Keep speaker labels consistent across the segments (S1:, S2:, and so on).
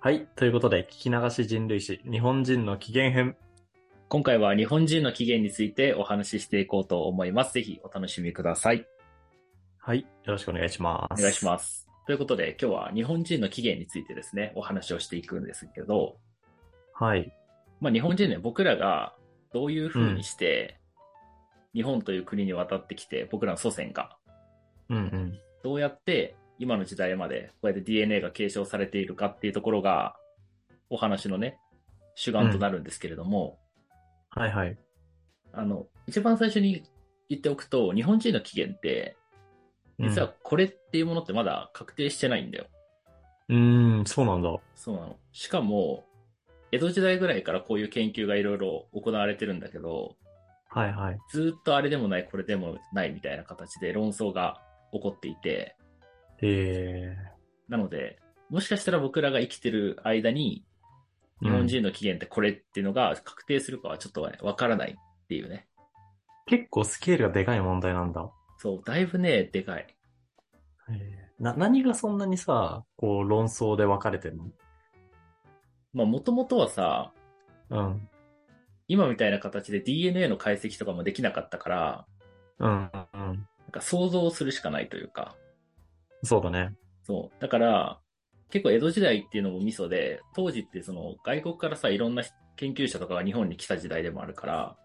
S1: はい。ということで、聞き流し人類史、日本人の起源編。
S2: 今回は日本人の起源についてお話ししていこうと思います。ぜひお楽しみください。
S1: はい。よろしくお願いします。
S2: お願いします。ということで、今日は日本人の起源についてですね、お話をしていくんですけど、
S1: はい。
S2: まあ日本人ね、僕らがどういう風にして、日本という国に渡ってきて、僕らの祖先が、
S1: うんうん。
S2: どうやって今の時代までこうやって DNA が継承されているかっていうところが、お話のね、主眼となるんですけれども、
S1: はいはい。
S2: あの、一番最初に言っておくと、日本人の起源って、
S1: うん
S2: 実はこれっていうものってまだ確定してないんだよ。
S1: うーん、そうなんだ。
S2: そうなの。しかも、江戸時代ぐらいからこういう研究がいろいろ行われてるんだけど、
S1: はいはい。
S2: ずっとあれでもない、これでもないみたいな形で論争が起こっていて、
S1: え
S2: なので、もしかしたら僕らが生きてる間に、
S1: ー。
S2: 日本
S1: うん
S2: 人の起源ってこれっていうのが確定するかはちょっとねわからないっていうね。
S1: 結構スケールがでかい問題なんだ。
S2: そう、だいぶね、でかい。
S1: えーな、何がそんなにさ、こう論争で分かれてんの
S2: まあ、もともとはさ、
S1: うん。
S2: 今みたいな形で DNA の解析とかもできなかったから、
S1: うん、うん。
S2: なんか想像するしかないというか、
S1: そうだね。
S2: そう。だから、結構江戸時代っていうのもミソで、当時ってその外国からさ、いろんな研究者とかが日本に来た時代でもあるから、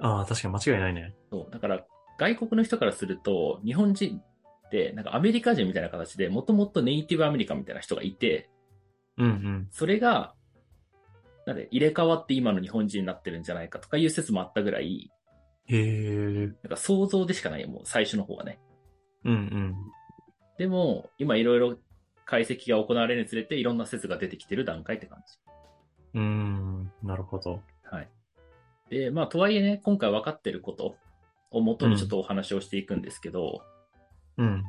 S1: ああ、確かに間違いないね。
S2: そう。だから、外国の人からすると、日本人って、なんかアメリカ人みたいな形で、もともとネイティブアメリカンみたいな人がいて、
S1: うんうん。
S2: それが、なんで入れ替わって今の日本人になってるんじゃないかとかいう説もあったぐらい、
S1: へえ。
S2: なんか想像でしかないよ、もう最初の方はね。
S1: うんうん。
S2: でも、今いろいろ解析が行われるにつれて、いろんな説が出てきてる段階って感じ。
S1: うーん、なるほど。
S2: はい。で、まあ、とはいえね、今回分かってることをもとにちょっとお話をしていくんですけど、
S1: うん。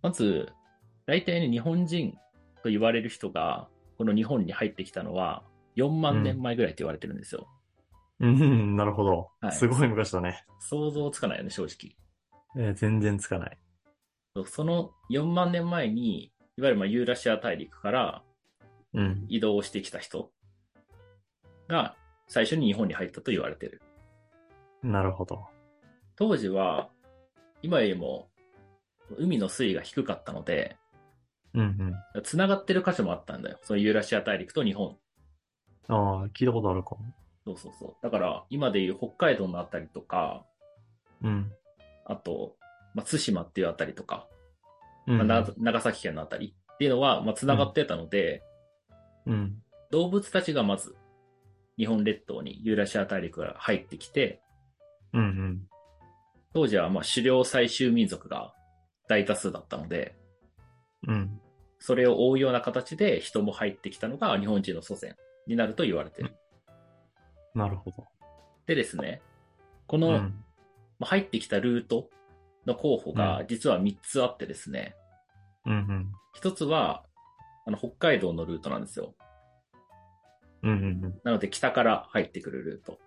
S2: まず、大体ね、日本人と言われる人が、この日本に入ってきたのは、4万年前ぐらいって言われてるんですよ。
S1: うん、 なるほど。
S2: はい
S1: すごい昔だね、
S2: 想像つかないよね、正直。
S1: えー全然つかない。
S2: そうその4万年前に、いわゆるまあユーラシア大陸から
S1: うん。
S2: 移動してきた人が、最初に日本に入ったと言われてる。
S1: なるほど。
S2: 当時は、今よりも、海の水位が低かったので、
S1: うん
S2: 繋がってる箇所もあったんだよ。そのユーラシア大陸と日本。
S1: うん。ああ、聞いたことあるかも。
S2: そうそうそう。だから、今でいう北海道のあたりとか、
S1: うん。
S2: あと、まあ、対馬っていうあたりとか、
S1: う
S2: まあ
S1: ん。
S2: な長崎県のあたりっていうのは、まあ、繋がってたので、
S1: うん。
S2: 動物たちがまず、日本列島にユーラシア大陸から入ってきて、
S1: うんうん。
S2: 当時はまあ狩猟採集民族が大多数だったので、
S1: うん。
S2: それを追うような形で人も入ってきたのが日本人の祖先になると言われてる。
S1: なるほど。
S2: でですね、こ
S1: う
S2: のま
S1: ん。
S2: あ入ってきたルートの候補
S1: う
S2: が実は3つあってですね、
S1: うん
S2: 1つはあの北海道のルートなんですよ。
S1: うん。うんうんうん。
S2: なので北から入ってくるルート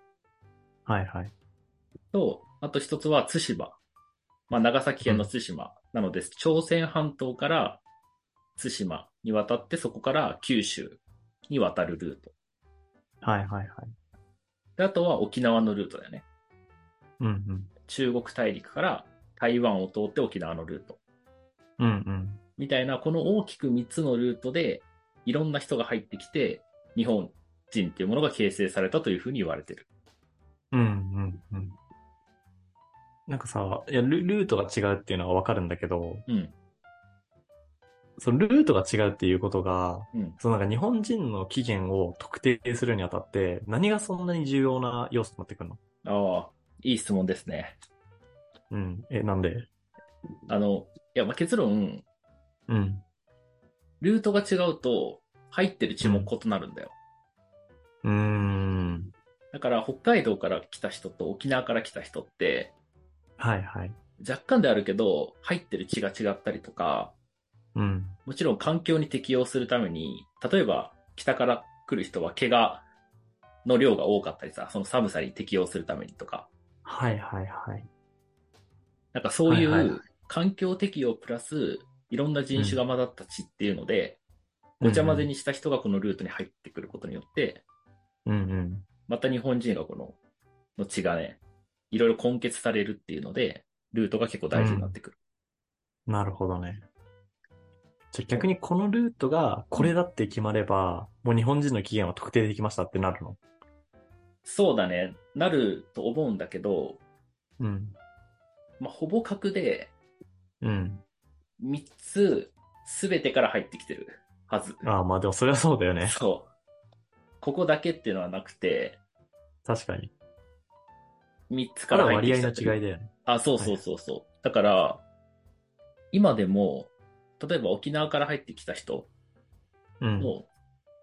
S1: はいはい。
S2: と、あと1つは対馬。まあ、長崎県の対馬。なので朝鮮半島から対馬に渡ってそこから九州に渡るルート。
S1: はいはいはい。
S2: であとは沖縄のルートだよね。
S1: うんうん。
S2: 中国大陸から台湾を通って沖縄のルート。
S1: うんうん。
S2: みたいな、この大きく3つのルートで、いろんな人が入ってきて、日本人っていうものが形成されたというふうに言われてる。
S1: うんうんうん。なんかさ、いやル、ルートが違うっていうのはわかるんだけど、
S2: うん。
S1: そのルートが違うっていうことが、
S2: うん。
S1: そのなんか日本人の起源を特定するにあたって、何がそんなに重要な要素になってくるの
S2: ああ、いい質問ですね。
S1: うん。え、なんで
S2: あの、いや、まあ、結論、
S1: うん。
S2: ルートが違うと、入ってる地も異なるんだよ。
S1: うーん。
S2: だから、北海道から来た人と沖縄から来た人って、
S1: はいはい。
S2: 若干であるけど、入ってる地が違ったりとか、
S1: うん。
S2: もちろん環境に適応するために、例えば北から来る人は毛が、の量が多かったりさ、その寒さに適応するためにとか、
S1: はいはいはい。
S2: なんかそうい
S1: はいはいう
S2: 環境適応プラス、いろんな人種が混ざった地っていうので、ごちゃ混ぜにした人がこのルートに入ってくることによって、
S1: うんうん。
S2: また日本人がこの、の血がね、いろいろ根結されるっていうので、ルートが結構大事になってくる。
S1: なるほどね。じゃあ逆にこのルートがこれだって決まれば、もう日本人の起源は特定できましたってなるの
S2: そうだね、なると思うんだけど、
S1: うん。
S2: まあ、ほぼ格で
S1: うん。
S2: 3つ全てから入ってきてるはず。
S1: ああ、まあでもそれはそうだよ ね。
S2: そう。ここだけっていうのはなくて、
S1: 確かに。
S2: 3つ
S1: か
S2: から
S1: ら
S2: 入って
S1: 割合
S2: きちゃ
S1: の
S2: ってる
S1: 違いだよね。
S2: あ、そうそうそうそう。だから、今でも、例えば沖縄から入ってきた人
S1: うん。
S2: の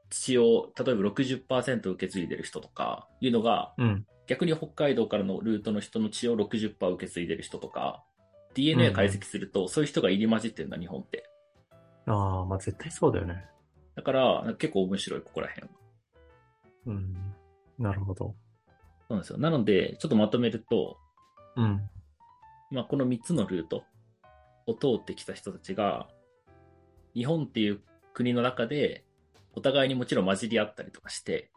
S2: 血を、例えば60%受け継いでる人とかいうのが、
S1: うん。
S2: 逆に北海道からのルートの人の血を60%受け継いでる人とか、DNA 解析すると、そういう人が入り混じってるんだ、日本って。
S1: ああ、まあ絶対そうだよね。
S2: だから、結構面白い、ここら辺は。
S1: うん。なるほど。
S2: そうなんですよ。なので、ちょっとまとめると、
S1: うん。
S2: まあ、この3つのルートを通ってきた人たちが、日本っていう国の中で、お互いにもちろん混じり合ったりとかして、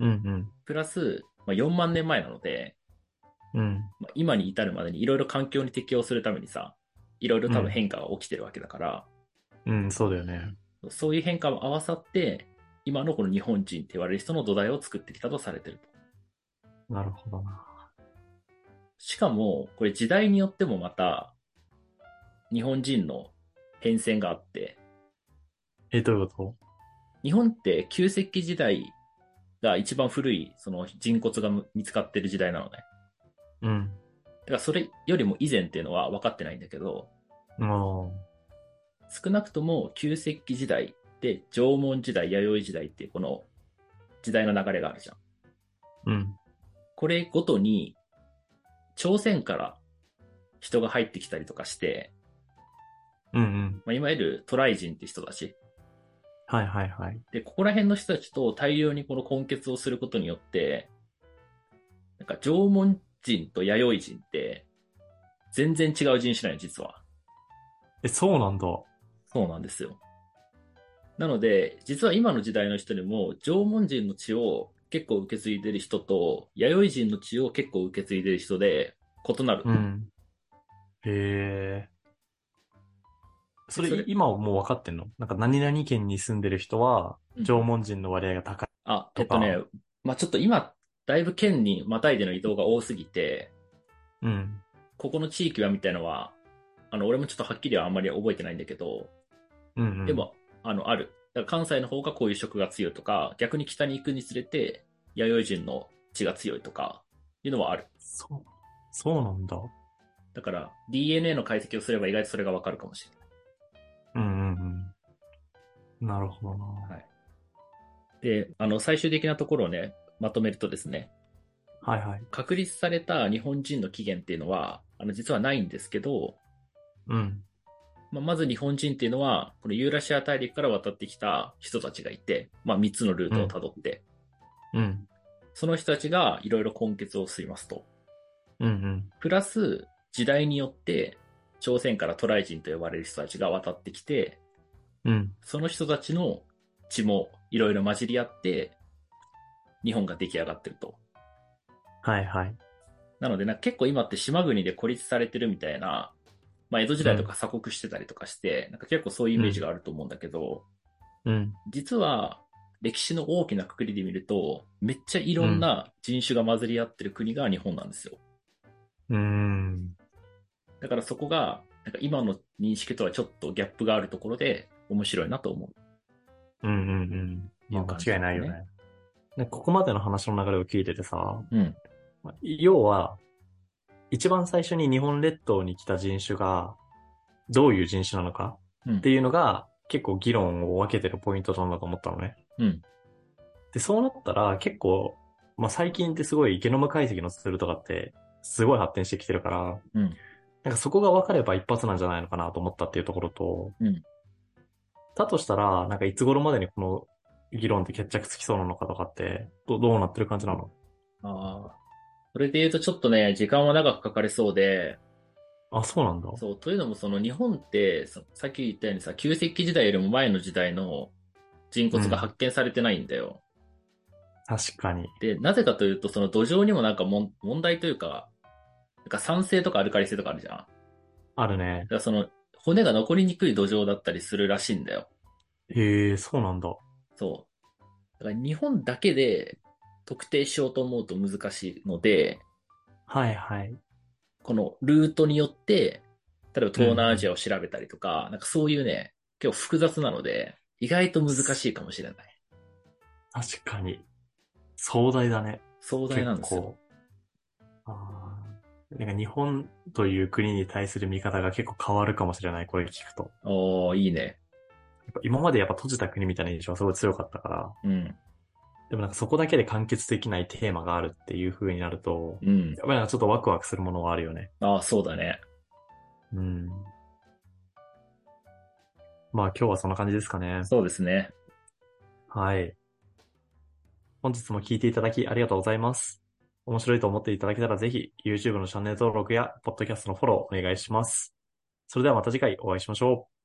S1: うん
S2: プラス、まあ、4万年前なので、
S1: うん。うん。
S2: まあ、今に至るまでにいろいろ環境に適応するためにさ、いろいろ多
S1: う
S2: 分
S1: ん
S2: 変化が起きてるわけだから、
S1: うん、そうだよね。
S2: そういう変化も合わさって、今のこの日本人って言われる人の土台を作ってきたとされてると。
S1: なるほどな。
S2: しかも、これ時代によってもまた、日本人の変遷があって、
S1: え、どういうこ
S2: 日本って旧石器時代が一番古いその人骨が見つかってる時代なのね。
S1: とうん。
S2: だからそれよりも以前っていうのは分かってないんだけど、
S1: も
S2: 少なくとも旧石器時代で縄文時代、弥生時代っていうこの時代の流れがあるじゃん。
S1: う、うん。
S2: これごとに朝鮮から人が入ってきたりとかして、
S1: うんうん。
S2: まあ、いわゆる渡来人って人たち。
S1: はいはいはい。
S2: で、ここら辺の人たちと大量にこの混血をすることによって、なんか縄文人と弥生人って、全然違う人種なんよ、実は。
S1: え、そうなんだ。
S2: そうなんですよ。なので、実は今の時代の人にも、縄文人の血を結構受け継いでる人と、弥生人の血を結構受け継いでる人で、異なる。
S1: うん。へえ。そ
S2: それ
S1: れ、今はもう分かってんのなんか何々県に住んでる人は、
S2: うん
S1: 縄文人の割合が高い。
S2: あ、え
S1: と
S2: っ
S1: か
S2: とね、まあちょっと今、だいぶ県にまたいでの移動が多すぎて、
S1: うん。
S2: ここの地域はみたいのは、あの、俺もちょっとはっきりはあんまり覚えてないんだけど、
S1: うんうん。
S2: で、も、あの、ある。だから関西の方がこういう色が強いとか、逆に北に行くにつれて、弥生人の血が強いとか、いうのはある。
S1: そう、そうなんだ。
S2: だから、DNA の解析をすれば意外とそれがわかるかもしれない。
S1: うんうんうん。なるほどな。
S2: で、あの、最終的なところをね、まとめるとですね、
S1: はいはい。
S2: 確立された日本人の起源っていうのは、あの、実はないんですけど、
S1: うん。
S2: まあ、まず日本人っていうのは、このユーラシア大陸から渡ってきた人たちがいて、まあ、3つのルートをたどって、
S1: うん。
S2: その人たちがいろいろ根血を吸いますと。
S1: うんうん。
S2: プラス、時代によって、朝鮮から渡来人と呼ばれる人たちが渡ってきて、
S1: うん。
S2: その人たちの血もいろいろ混じり合って、日本が出来上がってると。
S1: はいはい。
S2: なので、なんか結構今って島国で孤立されてるみたいな、まあ江戸時代とか鎖国してたりとかして、なんか結構そういうイメージがあると思うんだけど、
S1: うん。
S2: 実は歴史の大きな括りで見ると、めっちゃいろんな人種が混ざり合ってる国が日本なんですよ。
S1: うーん。
S2: だからそこが、なんか今の認識とはちょっとギャップがあるところで面白いなと思う。
S1: うんうんうん。まあ
S2: いう感じ
S1: 間違いないよね。ねここまでの話の流れを聞いててさ、
S2: うん。
S1: まあ要は、一番最初に日本列島に来た人種が、どういう人種なのか
S2: うん
S1: っていうのが、結構議論を分けてるポイントなんだと思ったのね。
S2: うん
S1: で、そうなったら、結構、まあ、最近ってすごいゲノム解析のツールとかって、すごい発展してきてるから、
S2: うん
S1: なんかそこが分かれば一発なんじゃないのかなと思ったっていうところと、
S2: うん
S1: だとしたら、なんかいつ頃までにこの議論って決着つきそうなのかとかって、どどうなってる感じなの
S2: ああ。それで言うとちょっとね、時間は長くかかりそうで、
S1: あ、そうなんだ。
S2: そう、というのもその日本って、そさっき言ったようにさ、旧石器時代よりも前の時代の人骨が発見されてないんだよ。
S1: 確かに。
S2: で、なぜかというと、その土壌にもなんかもん問題というか、なんか酸性とかアルカリ性とかあるじゃん。だか
S1: あるね。
S2: らその、骨が残りにくい土壌だったりするらしいんだよ。
S1: へえ、そうなんだ。
S2: そう。だから日本だけで特定しようと思うと難しいので、
S1: はいはい。
S2: このルートによって、例えば東南アジアを調べたりとか、なんかそういうね、結構複雑なので、意外と難しいかもしれない。
S1: 確かに。壮大だね。
S2: 壮大なんですよ。
S1: 構。あーなんか日本という国に対する見方が結構変わるかもしれない、これ聞くと。
S2: おー、いいね。
S1: やっぱ今までやっぱ閉じた国みたいな印象がすごい強かったから、
S2: うん。
S1: でもなんかそこだけで完結できないテーマがあるっていう風になると、
S2: うん。
S1: やっぱりなんかちょっとワクワクするものはあるよね。
S2: ああ、そうだね。
S1: うん。まあ今日はそんな感じですかね。
S2: そうですね。
S1: はい。本日も聞いていただきありがとうございます。面白いと思っていただけたらぜひ YouTube のチャンネル登録や Podcast のフォローお願いします。それではまた次回お会いしましょう。